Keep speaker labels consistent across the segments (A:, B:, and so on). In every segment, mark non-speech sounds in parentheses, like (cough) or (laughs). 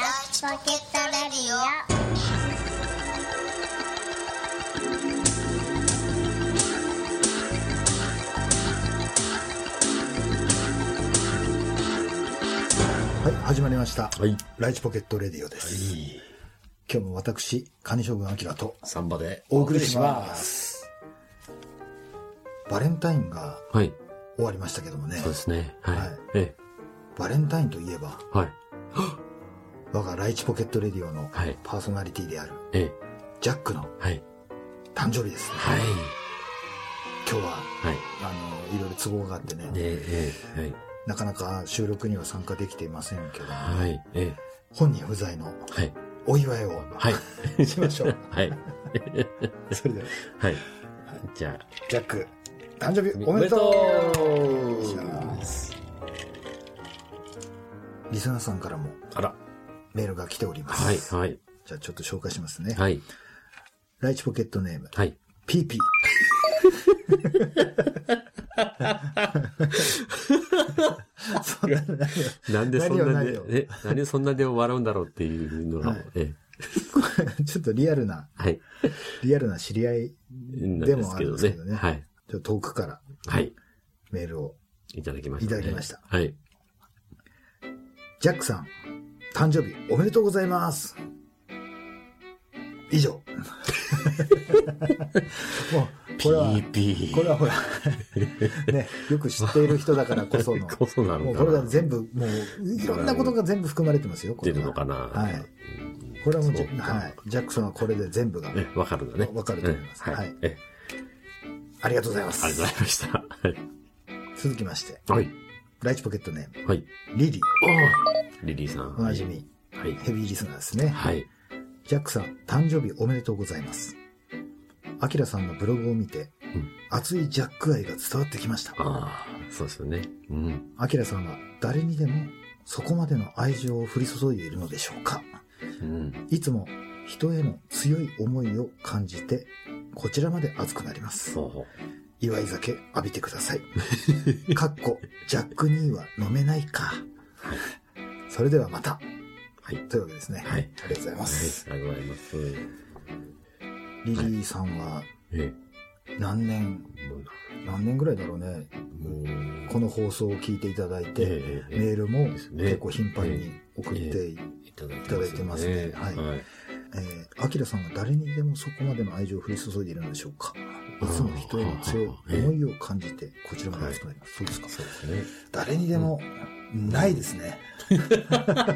A: ポケットラジオ
B: はい、始まりました。
C: はい
B: ライチポケットレディオです。今日も私、カニ将軍アキラと
C: サンバで
B: お送りします。バレンタインが
C: はい。
B: 終わりましたけどもね
C: そう、ですね。はい。
B: はい
C: え
B: バレンタインといえば、
C: え、はい。
B: 我がライチポケットレディオの
C: はい
B: パーソナリティである
C: ええ、
B: ジャックの
C: はい。
B: 誕生日ですね。
C: はい。
B: 今日は、
C: はい。
B: あの、いろいろ都合があってね、
C: で、ええ、
B: なかなか収録には参加できていませんけど、
C: はい。はい。え
B: 本人不在の
C: え、はい。
B: お祝いを
C: はい。
B: しましょう。
C: (laughs) はい。
B: それでは、
C: はい。じゃあ、
B: ジャック、誕生日おめでと
C: おめでとう
B: うリスナーさんからも
C: あら。
B: メールが来ております。
C: はい、はい。
B: じゃあちょっと紹介しますね。
C: はい。
B: ライチポケットネーム、
C: はい。
B: ピーピー。そんなのないよ
C: なんでそんな
B: 何
C: で、
B: を何を
C: え、なんでそんなで笑うんだろうっていうのが、
B: はい
C: ええ、
B: ちょっとリアルな、
C: はい。
B: リアルな知り合い、
C: なん
B: でもあるんですけどね
C: はい。
B: ちょっと遠くから
C: はい。
B: メールを。
C: いただきました、ね。
B: いただきました
C: はい。
B: ジャックさん、誕生日おめでとうございます。
C: (laughs)
B: 以上。もう、これは、
C: ピーピー。
B: これ
C: (laughs)
B: はほら、ね、よく知っている人だからこその、
C: (laughs) こそな
B: も
C: の
B: う
C: か
B: これ
C: な
B: が。全部、もう、いろんなことが全部含まれてますよ、こ
C: (laughs) 出
B: れは
C: るのかな。
B: はい。これはもうじ、
C: そうか
B: はい。ジャックソンはこれで全部が。
C: え、わかるんだね。
B: わかると思います
C: うんは
B: はい
C: い。え、
B: ありがとうございま
C: ありがと
B: す。
C: うございました。
B: 続きまして、
C: はい。
B: ライチポケットネーム、
C: はい。
B: リリー、
C: ああリリーさん。
B: おなじみ、
C: はい。
B: ヘビーリスナーですね。
C: はい。
B: ジャックさん、誕生日おめでとうございます。アキラさんのブログを見て、
C: うん
B: 熱いジャック愛が伝わってきました。
C: ああ、そうですよね。うん。
B: アキラさんは誰にでもそこまでの愛情を降り注いでいるのでしょうか
C: うん。
B: いつも人への強い思いを感じて、こちらまで熱くなります。
C: そ
B: 祝い酒浴びてください。
C: (laughs)
B: かっこ、ジャックニーは飲めないか。それではまた。
C: はい
B: というわけですね。
C: はい。
B: ありがとうございう
C: は
B: ま
C: い。
B: す。
C: ありがとうございます。
B: リリーさんは
C: え、
B: 何年、
C: もうな
B: 何年ぐらいだろうね。
C: も
B: この放送を聞いていただい
C: え
B: て、
C: ええ
B: メールも
C: ですね
B: 結構頻繁に送って、えー
C: えいただ
B: いただいてますねはい
C: はい。
B: アキラさんが誰にでもそこまでの愛情を降り注いでいるのでしょうかいつも人への強い思いを感じて、こちらまで熱くなります。そうですか。
C: そうですね。
B: 誰にでも、ないですね。 (laughs)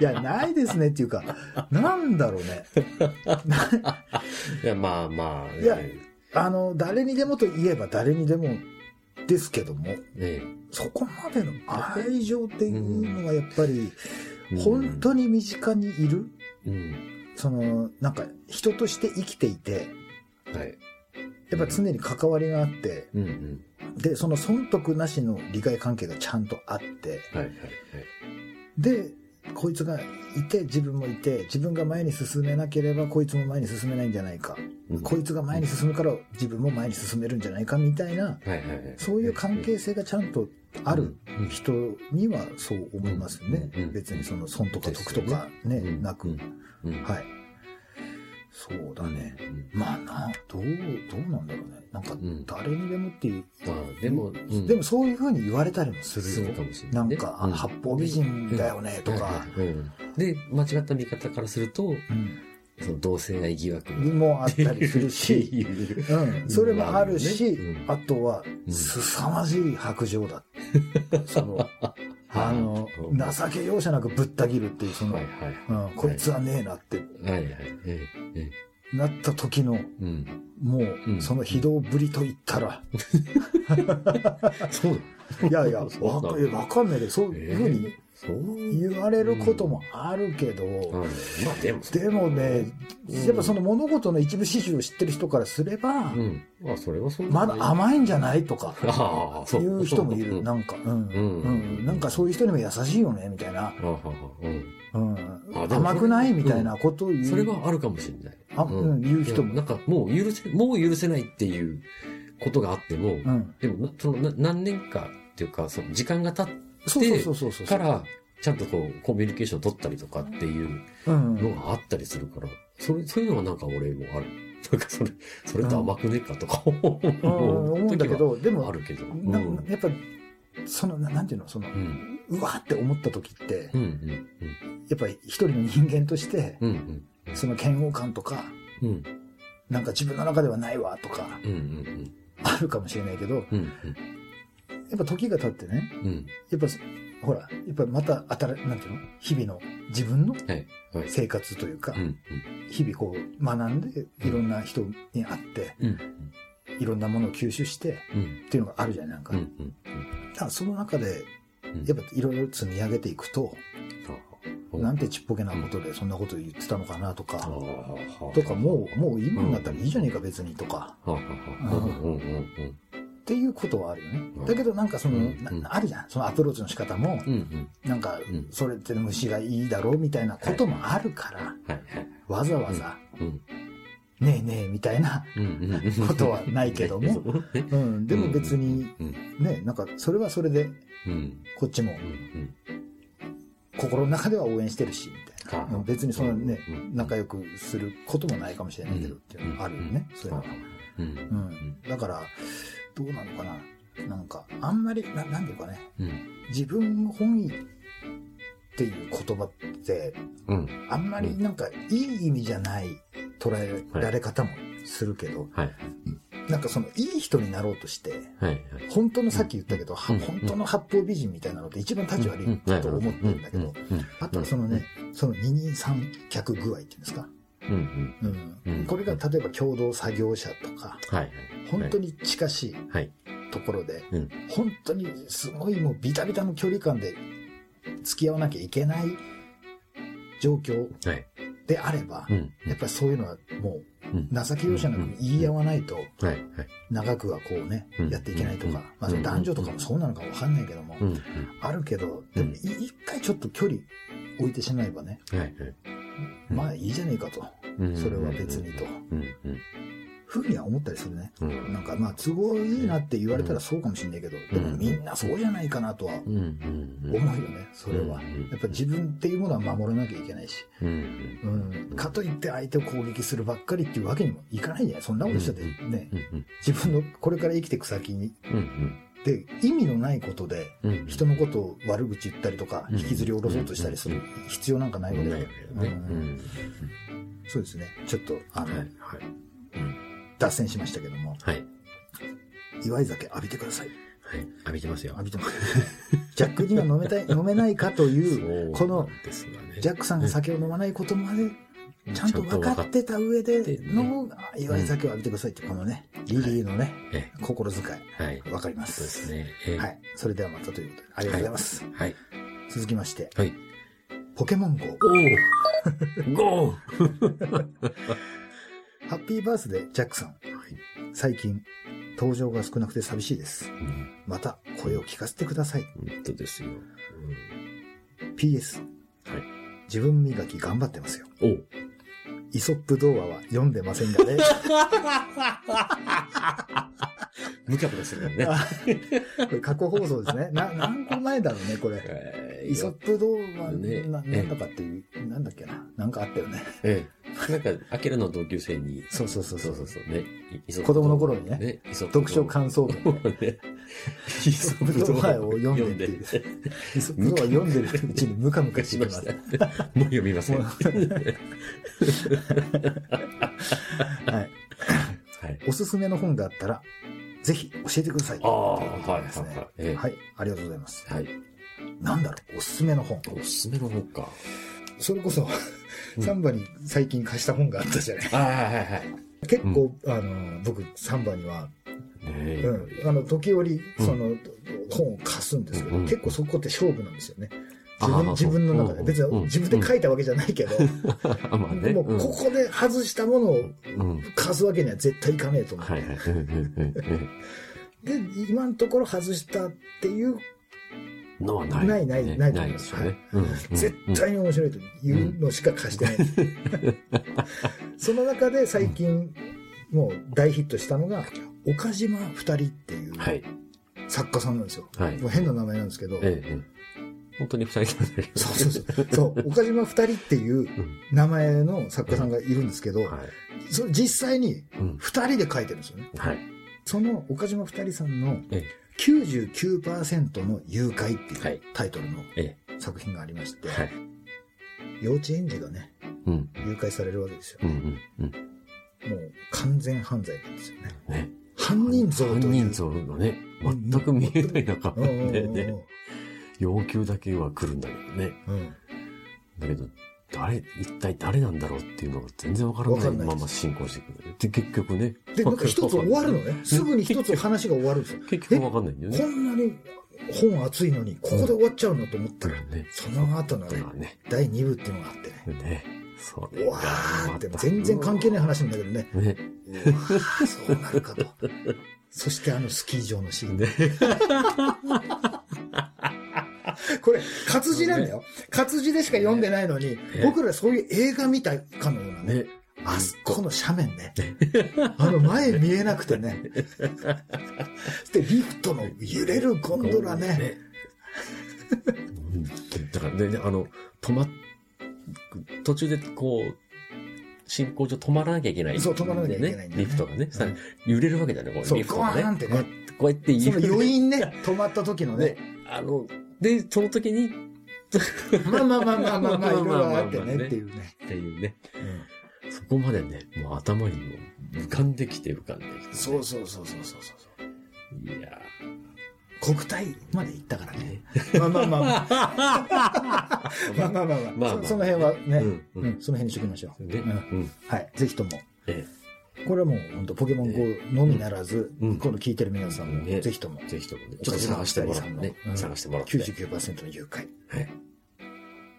B: いや、ないですねっていうか、なんだろうね。
C: いや、まあまあ、
B: いや
C: え
B: あの、誰にでもといえば誰にでもですけども、
C: え
B: そこまでの愛情っていうのはやっぱり、
C: うん
B: 本当に身近にいる、
C: うん。
B: その、なんか、人として生きていて、
C: はい。
B: やっぱ常に関わりがあって、
C: うんうん。
B: で、その損得なしの利害関係がちゃんとあって、
C: はいはいはい。
B: でこいつがいて自分もいて自分が前に進めなければこいつも前に進めないんじゃないか、
C: うん
B: こいつが前に進むから自分も前に進めるんじゃないかみたいな
C: はいはいはい。
B: そういう関係性がちゃんとある
C: うん
B: 人にはそう思いますよね、
C: うんうん
B: 別にその損とか得とかね
C: うん
B: なく、
C: うんうん。
B: はいそうだね
C: うん
B: まあなどうどうなんだろうねなんか
C: ん
B: 誰にでもっていう、
C: まあ、でも、うん
B: でもそういうふうに言われたりもす
C: す
B: るよ
C: るかもしれ
B: な
C: ない
B: ん
C: ね
B: か、
C: うん
B: 八方美人だよねとか、
C: はいはいうんで、間違った見方からすると、
B: うん
C: その同性愛疑惑っ
B: もあったりする
C: て
B: し、
C: (laughs) いう。
B: うん、それもあるし、
C: うん
B: あとは、
C: うん
B: 凄まじい白状
C: (laughs)
B: だ。その、あの、
C: うん
B: 情け容赦なくぶった切るっていう、その
C: はい、は
B: うん、こいつはねえなって
C: い。はいはい。ええ、え
B: なった時の、
C: え。うん。
B: も
C: う
B: う、
C: ん
B: その非道ぶりと言ったら、
C: そう
B: いやい
C: (laughs)
B: や、わ
C: そうなんだ
B: かえわかんないで、そういうふうに
C: そういう。
B: 言われることもあるけど、
C: うんまあでも、
B: でもね、
C: うん
B: やっぱその物事の一部始終を知ってる人からすれば、
C: うん。まあそれはそう
B: まだ甘いんじゃないとか、
C: ああ、そう。
B: いう人もいる。
C: な。
B: なんか、うん。
C: うん
B: うん。なんかそういう人にも優しいよね、みたいな。
C: あああうん
B: うん。
C: あでもそれ
B: 甘くないみたいなことを言う。
C: それはあるかもしれない。
B: あうん言う人も
C: いやなんか、もう許せ、もう許せないっていうことがあっても、
B: うん。
C: でもな、その、な何年かっていうか、その時間が経っ
B: そうそうそうそうそう。
C: から、ちゃんとこう、コミュニケーション取ったりとかっていう
B: うん
C: のがあったりするから、それ、そういうのはなんか俺もある。なんかそれ、それと甘くねえかとか思う
B: うん思うんだけど、で
C: 時はあ
B: も、
C: るけど。うん。う。
B: なんやっぱ、その、ななんていうの、その、
C: うん。
B: うわーって思った時って
C: う、ん。
B: やっぱり一人の人間として、
C: うん。うん。
B: その嫌悪感とか、
C: うん。うん。
B: なんか自分の中ではないわとか、
C: うん。うん。
B: あるかもしれないけど、や
C: うん。うん。
B: っぱ時が経ってね、
C: うん。
B: やっぱそ、ほら、やっぱまた新、なんていうの日々の自分の
C: はい。はい。
B: 生活というか
C: う、ん。
B: 日々こう学んで、いろんな人に会って、
C: うん。
B: いろんなものを吸収して、
C: うん。うん。
B: っていうのがあるじゃん、なんか。
C: うん。う
B: だ
C: ん。
B: からその中で、
C: うん。
B: やっぱいろいろ積み上げていくと、
C: うん
B: なんてちっぽけなことでそんなこと言ってたのかなと
C: あ
B: か、
C: ー
B: とかもう、もう今になったらいいじゃねえか別にとか、
C: はあはあはあうんうんうん
B: っていうことはあるよね
C: うん。
B: だけどなんかその、
C: うん
B: ななあるじゃん。そのアプローチの仕方も、
C: うんうん
B: なんか
C: うん、
B: それって虫がいいだろうみたいなこともあるから、
C: はいはい
B: わざわざ、
C: うん
B: ねえねえみたいな、
C: うんうん
B: ことはないけ
C: (laughs)
B: どもうん、でも別に、
C: うん
B: ね、なんかそれはそれで、
C: うん
B: こっちも
C: うんうん
B: 心の中では応援してるし、みたいな。う
C: う
B: んん別にそのね
C: う、ん
B: 仲良くすることもないかもしれないけどっていうのがあるよね、
C: うん
B: そういうのは。
C: うん
B: うん。だから、どうなのかな。なんか、あんまり、ななんていうかね、
C: うん
B: 自分本位っていう言葉って、
C: うん
B: あんまりなんかいい意味じゃない捉えられ方もするけど、
C: はい
B: なんかそのいい人になろうとして、
C: はいはい
B: 本当のさっき言ったけど、は
C: うん
B: 本当の八方美人みたいなのって一番立ち悪いと思ってるんだけど、あとはそのね、その二人三脚具合っていうんですか。
C: うんうん
B: うん
C: うん
B: これが例えば共同作業者とか、
C: はいはい
B: 本当に近しい
C: はい
B: ところで
C: うん、
B: 本当にすごいもうビタビタの距離感で付き合わなきゃいけない状況
C: はい
B: であれば
C: う、ん
B: やっぱりそういうのはも
C: うん
B: う情け容赦なく言い合わないと
C: はいはい
B: 長くはこうね
C: うん、
B: やっていけないと
C: うん
B: か、まあその男女とかもそうなのかわかんないけども
C: う、んうん
B: あるけど、でもい一回ちょっと距離置いてしまえばね、
C: はいはいうん
B: まあいいじゃねえかと、
C: うん
B: それは別にと、
C: うんうん
B: ふうには思ったりするね。
C: うん
B: なんかまあ都合いいなって言われたらそうかもしれないけど、でもみんなそうじゃないかなとは
C: うんうん
B: 思うよね、それは。
C: うん
B: やっぱ自分っていうものは守らなきゃいけないし、
C: うんうん
B: うん、かといって相手を攻撃するばっかりっていうわけにもいかないじゃないそんなことしたってね、
C: うんうん
B: 自分のこれから生きていく先に、
C: うん
B: で、意味のないことで、
C: うんうん
B: 人のことを悪口言ったりとか、
C: うん
B: 引きずり下ろそうとしたりする必要なんかないわけだ
C: ない
B: よ
C: わけだよね
B: う
C: うんん
B: そうですね。ちょっと、あ
C: はい
B: の、
C: はい
B: 脱線しましたけども、
C: はい
B: 祝い酒浴びてください。
C: はい浴びてますよ
B: 浴びてもらってジャックには飲めたい、
C: (laughs)
B: 飲めないかという、こ
C: そうな
B: の、
C: んですがね
B: ジャックさんが酒を飲まないことまで、ちゃんと分かってた上での、祝い酒を浴びてくださいって、このね、リリーのね、
C: え
B: 心遣
C: えはい。
B: い、わかりま。
C: そうですすね。ええ
B: は。い。それではまたということで、ありがとうございます。
C: はい。
B: 続きまして、
C: はい。
B: ポケモン GO。
C: お
B: (laughs)
C: おゴー
B: ハッピーバースデー、ジャックさん。
C: はい。
B: 最近、登場が少なくて寂しいです。
C: うん
B: また、声を聞かせてください。
C: 本当ですよ。
B: PS、
C: はい。
B: 自分磨き頑張ってますよ。
C: おう
B: イソップ童話は読んでませんが
C: (laughs)
B: ね。
C: 無脚ですよね。
B: あこれ過去放送ですね。な、何個前だろうね、これ。
C: ええ
B: イソップ童話、
C: ね
B: な、なんだかっていう、なんだっけな。なんかあったよね。
C: ええ。なんか、アキラの同級生に、
B: そうそうそうそ
C: そう
B: う
C: そ
B: そうう。
C: そうね。い
B: 子供の頃にね、
C: ねイソップ
B: 読書感想文。
C: (laughs) をね。イソ
B: ッ (laughs) プ童話を読んでっていう
C: 読んで
B: イソップ童話読んでるうちにムカムカしてき
C: しま
B: ま
C: し
B: す
C: た。。もう読みません。
B: も
C: は
B: はい。
C: い。
B: おすすめの本があったら、ぜひ教えてください。
C: ああ、はい、
B: ですね
C: はい、はい。
B: はい。ありがとうございます。
C: はい。
B: なんだろう、おすすめの本。
C: おすすめの本か。
B: それこそ、サンバに最近貸した本があったじゃない。
C: ああ、はいはいはい。
B: 結構、あの、僕、サンバには、
C: ねえ
B: うん、あの、時折、
C: うん
B: その、本を貸すんですけど、
C: うん
B: 結構そこって勝負なんですよね。自
C: あー
B: 分自分の中
C: う
B: で。
C: ん
B: 別
C: うん
B: に自分で書いたわけじゃないけど、
C: あまあね。
B: でもうここで外したものを
C: うん。うん。
B: 貸すわけには絶対いかねえと思う。
C: はいはい。うんうんうん
B: で、今のところ外したっていう、
C: うんのはない。
B: ないない
C: ね
B: ない
C: ないですよね。うん
B: 絶対に面白いというのしか貸してない。
C: (laughs)
B: その中で最近、もう大ヒットしたのが、岡島二人っていう
C: はい。
B: 作家さんなんですよ。
C: はい
B: も。う変な名前なんですけど、
C: ええ。本当に二人になるよね
B: そうそうそう。そう、岡島二人っていう
C: うん
B: 名前の作家さんがいるんですけど、
C: はい。
B: それ実際に
C: うん。
B: 二人で書いてるんですよね。
C: はい。
B: その岡島二人さんの
C: え
B: 99%の誘拐って
C: はいいう
B: タイトルの
C: ええ。
B: 作品がありまして、
C: はい。
B: 幼稚園児がね、
C: うん。
B: 誘拐されるわけですよ
C: う。んうんうん。
B: もう完全犯罪なんですよね。
C: ね。
B: 犯人像という。
C: 犯人像がね、全く見えない中
B: うんうんうん
C: でね、要求だけは来るんだけどね。
B: うん。
C: だけど、誰、一体誰なんだろうっていうのが全然わから
B: わ
C: な
B: か
C: い
B: んないで
C: ますま進行していくんだよね。で、結局ね。
B: で、なんか一つ終わるのね。すぐに一つ話が終わるんですよ。
C: (laughs) 結局わかんないんだよね。
B: こんなに本熱いのに、ここで終わっちゃうのと思ったら、
C: ね。
B: その後の
C: だ
B: ね
C: か、らね。
B: 第2部っていうのがあってね。
C: ね。それ
B: う
C: が
B: わ
C: ま
B: ーっ
C: た
B: て、全然関係ない話なんだけどね。
C: ね。
B: うわー、そうなるかと。そしてあのスキー場のシーン。
C: ね。
B: (laughs) これ、活字なんだよ。活字でしか読んでないのに、僕らそういう映画見たかのようなね。
C: ね。
B: あそこの斜面ね。あの前見えなくてね。で、リフトの揺れるゴンドラね。
C: うん。 (laughs) だからね、あの、止まっ、途中でこう、進行上止まらなきゃいけない。
B: そう止まらなきゃいけないんだよね
C: リフトがね。さ
B: うん
C: 揺れるわけだね、こ
B: そう
C: れ。リフト
B: ゴワーンってね。
C: こうやって
B: そ
C: 揺れ
B: の
C: る
B: 余韻 (laughs) ね、止まった時のね
C: ね。。あの、で、その時に、
B: まあまあまあ (laughs) まあまあまあ、いろいろあってねっていうね。
C: っていうね。そこまでね、もう頭にもう浮かんできて浮かんできて、
B: そうそうそうそうそうそう。
C: う。いや
B: 国体まで行ったから
C: ー
B: ね。
C: ね。
B: (laughs) まあまあまあまあ。まあまあまあま
C: ま
B: あそ
C: あまあ
B: その辺はね、
C: うん
B: う
C: うん
B: ん、その辺にしときましょう。
C: ね。うん。
B: はい、ぜひとも。
C: え
B: これはもう本当ポケモン GO のみならず、
C: うんうん
B: 今度聞いてる皆さんも、
C: ね
B: ぜひとも
C: え。ぜひともね、ちょっと探してもらってね
B: う。ん
C: 探してもらって。
B: 99%の誘拐、
C: はい。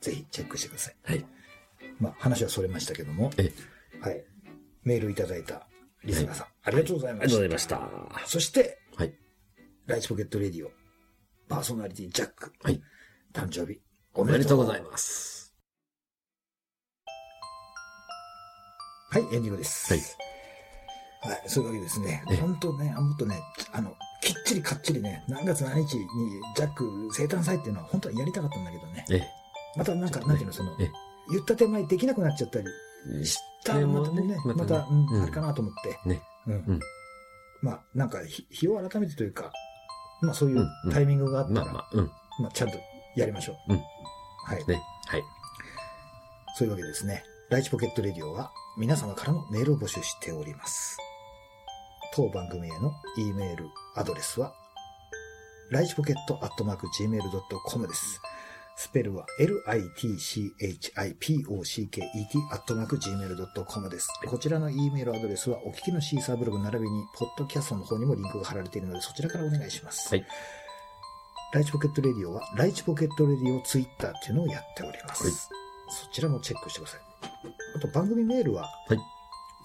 B: ぜひチェックしてください。
C: はい。
B: まあ話はそれましたけども、
C: え
B: はい、メールいただいたリスナーさん、ありがとうござい
C: あ
B: ま
C: りがと
B: した。
C: うございました。
B: そして、
C: はい。
B: ライチポケットレディオ、パーソナリティジャック、
C: はい
B: 誕生日、
C: お
B: お
C: め
B: め
C: で
B: で
C: と
B: と
C: う
B: う
C: ご
B: ござ
C: ざい
B: い
C: ま。
B: ますす。はい、エンディングです。
C: はい。
B: はい、そういうわけですね
C: ええ。
B: 本当ね、あもっとね、あの、きっちりかっちりね、何月何日にジャック生誕祭っていうのは本当はやりたかったんだけどね。
C: え
B: またなんか、
C: ちょっとね
B: なんていうの、その
C: ええ、
B: 言った手前できなくなっちゃったり
C: え
B: したら
C: で
B: ま
C: も
B: たね
C: ね、
B: また
C: またね
B: うん
C: うん
B: あれかなと思って。
C: ね
B: うん
C: ん
B: まあ、なんか日、日を改めてというか、まあそういうん
C: うん
B: タイミングがあった
C: ま
B: ら、
C: あまあ、うん。
B: まあちゃんとやりましょう。
C: うん
B: はい。
C: ね。はい。
B: そういうわけですね。ライチポケットレディオは皆様からのメールを募集しております。当番組への E メールアドレスは、ライチポケットアットマーク Gmail.com です。スペルは litchipocket アットマーク Gmail.com です。こちらの E メールアドレスはお聞きのシーサーブログ並びに、ポッドキャストの方にもリンクが貼られているので、そちらからお願いします。
C: はい。
B: ライチポケットレディオは、ライチポケットレディオツイッターっていうのをやっております。
C: はい
B: そちらもチェックしてください。あと番組メールは、
C: はい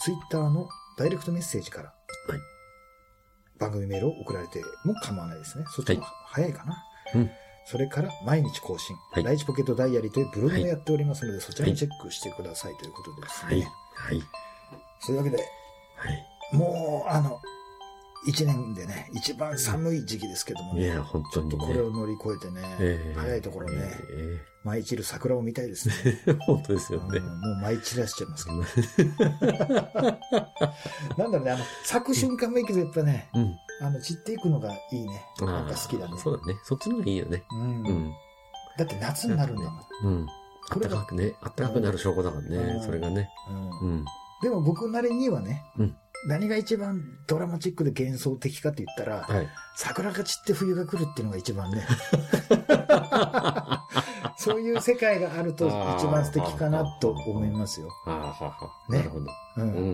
B: ツイッターのダイレクトメッセージから、
C: はい
B: 番組メールを送られても構わないですね。そっちも
C: は
B: 早いかな。
C: うん
B: それから毎日更新、
C: はい
B: ライチポケットダイアリーというブログもやっておりますので、そちらもチェックしてくださいということですね。
C: はい。はい。
B: そういうわけで、
C: はい。
B: もう、あの、一年でね、一番寒い時期ですけども
C: い
B: ね、
C: や、本当にね。
B: これを乗り越えてね、
C: ええ
B: 早いところね、
C: え
B: 舞い散る桜を見たいですね。
C: え本当 (laughs) ですよ
B: う
C: ね
B: ん。もう舞い散らしちゃいますけど。なんだろうね、あの、咲く瞬間もいいけど、やっぱね、
C: うん。
B: あの、散っていくのがいいね。なんか好きだね
C: あー。そうだね。そっちの方がいいよね。
B: うん
C: うん。
B: だって夏になるんだもん。
C: うん。あ
B: こ
C: っ
B: れ
C: た
B: が
C: かくね。あったかくなる証拠だから
B: う
C: ね
B: ん。
C: それがね。
B: う
C: うんん。
B: でも僕なりにはね
C: うん、
B: 何が一番ドラマチックで幻想的かって言ったら、 (laughs)
C: はい。
B: 桜が散って冬が来るっていうのが一番
C: (laughs)
B: ね。そういう世界があると一番素敵かなと思いますよ。
C: あーはは。
B: ね
C: なるほど。
B: う
C: うん
B: ん。
C: うんう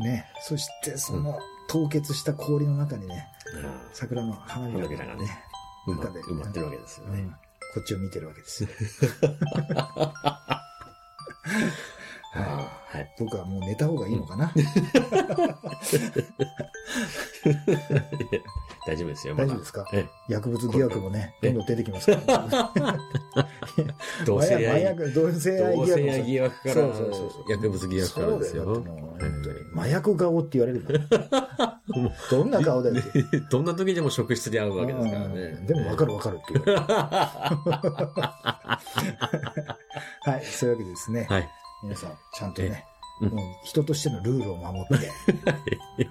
C: ん。
B: ね。そして、その凍結した氷の中にね、
C: あー
B: 桜の花びら
C: 花び
B: が
C: らが
B: ね
C: ね、埋ま
B: 中で
C: 埋まってるわけですよ
B: う
C: ね
B: ん。こっちを見てるわけ
C: (laughs)
B: です。はい
C: あーはい。 (laughs)
B: 僕はもう寝た方がいいのかな。
C: 大丈夫でですよ、ま
B: 大
C: だ
B: 丈夫ですか
C: え
B: 薬物疑惑もね、
C: え
B: どんどん出てきますから。
C: え同性
B: 麻
C: 愛、
B: 薬、同性愛
C: 同
B: 疑惑
C: 性
B: もそ
C: 愛
B: う。
C: 疑惑から
B: そうそうそうそう
C: 薬物疑惑からです
B: そう
C: よ
B: だ。よだってもう本当に麻薬顔って言われる
C: (laughs)
B: から
C: もう
B: どんな顔だよって。
C: (laughs) どんな時でも職質で会うわけですからね
B: うん。でもわかるわかるって言
C: (laughs)
B: われる。はい、そういうわけでですね。
C: はい。
B: 皆さん、ちゃんとね、
C: えうん
B: もう人としてのルールを守っ
C: (laughs)
B: て、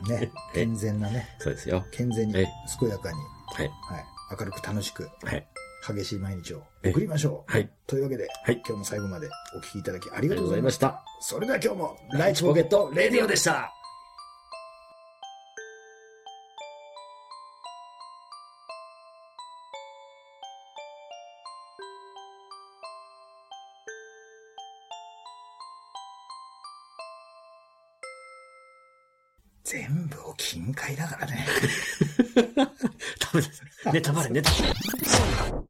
B: ね、健全なね、
C: そうですよ。
B: 健全に
C: え、
B: 健やかに、
C: はい。
B: はい、明るく楽しく、
C: はい。
B: 激しい毎日を送りましょう。
C: (laughs) はい。
B: というわけで、
C: はい
B: 今日も最後までお聞きいただきあ
C: あ
B: りがとうございました。
C: た。
B: それでは今日も、ライチポケットレディオでした。全部を金塊だからね。
C: ダメです。ネタバレ、ネタバレ。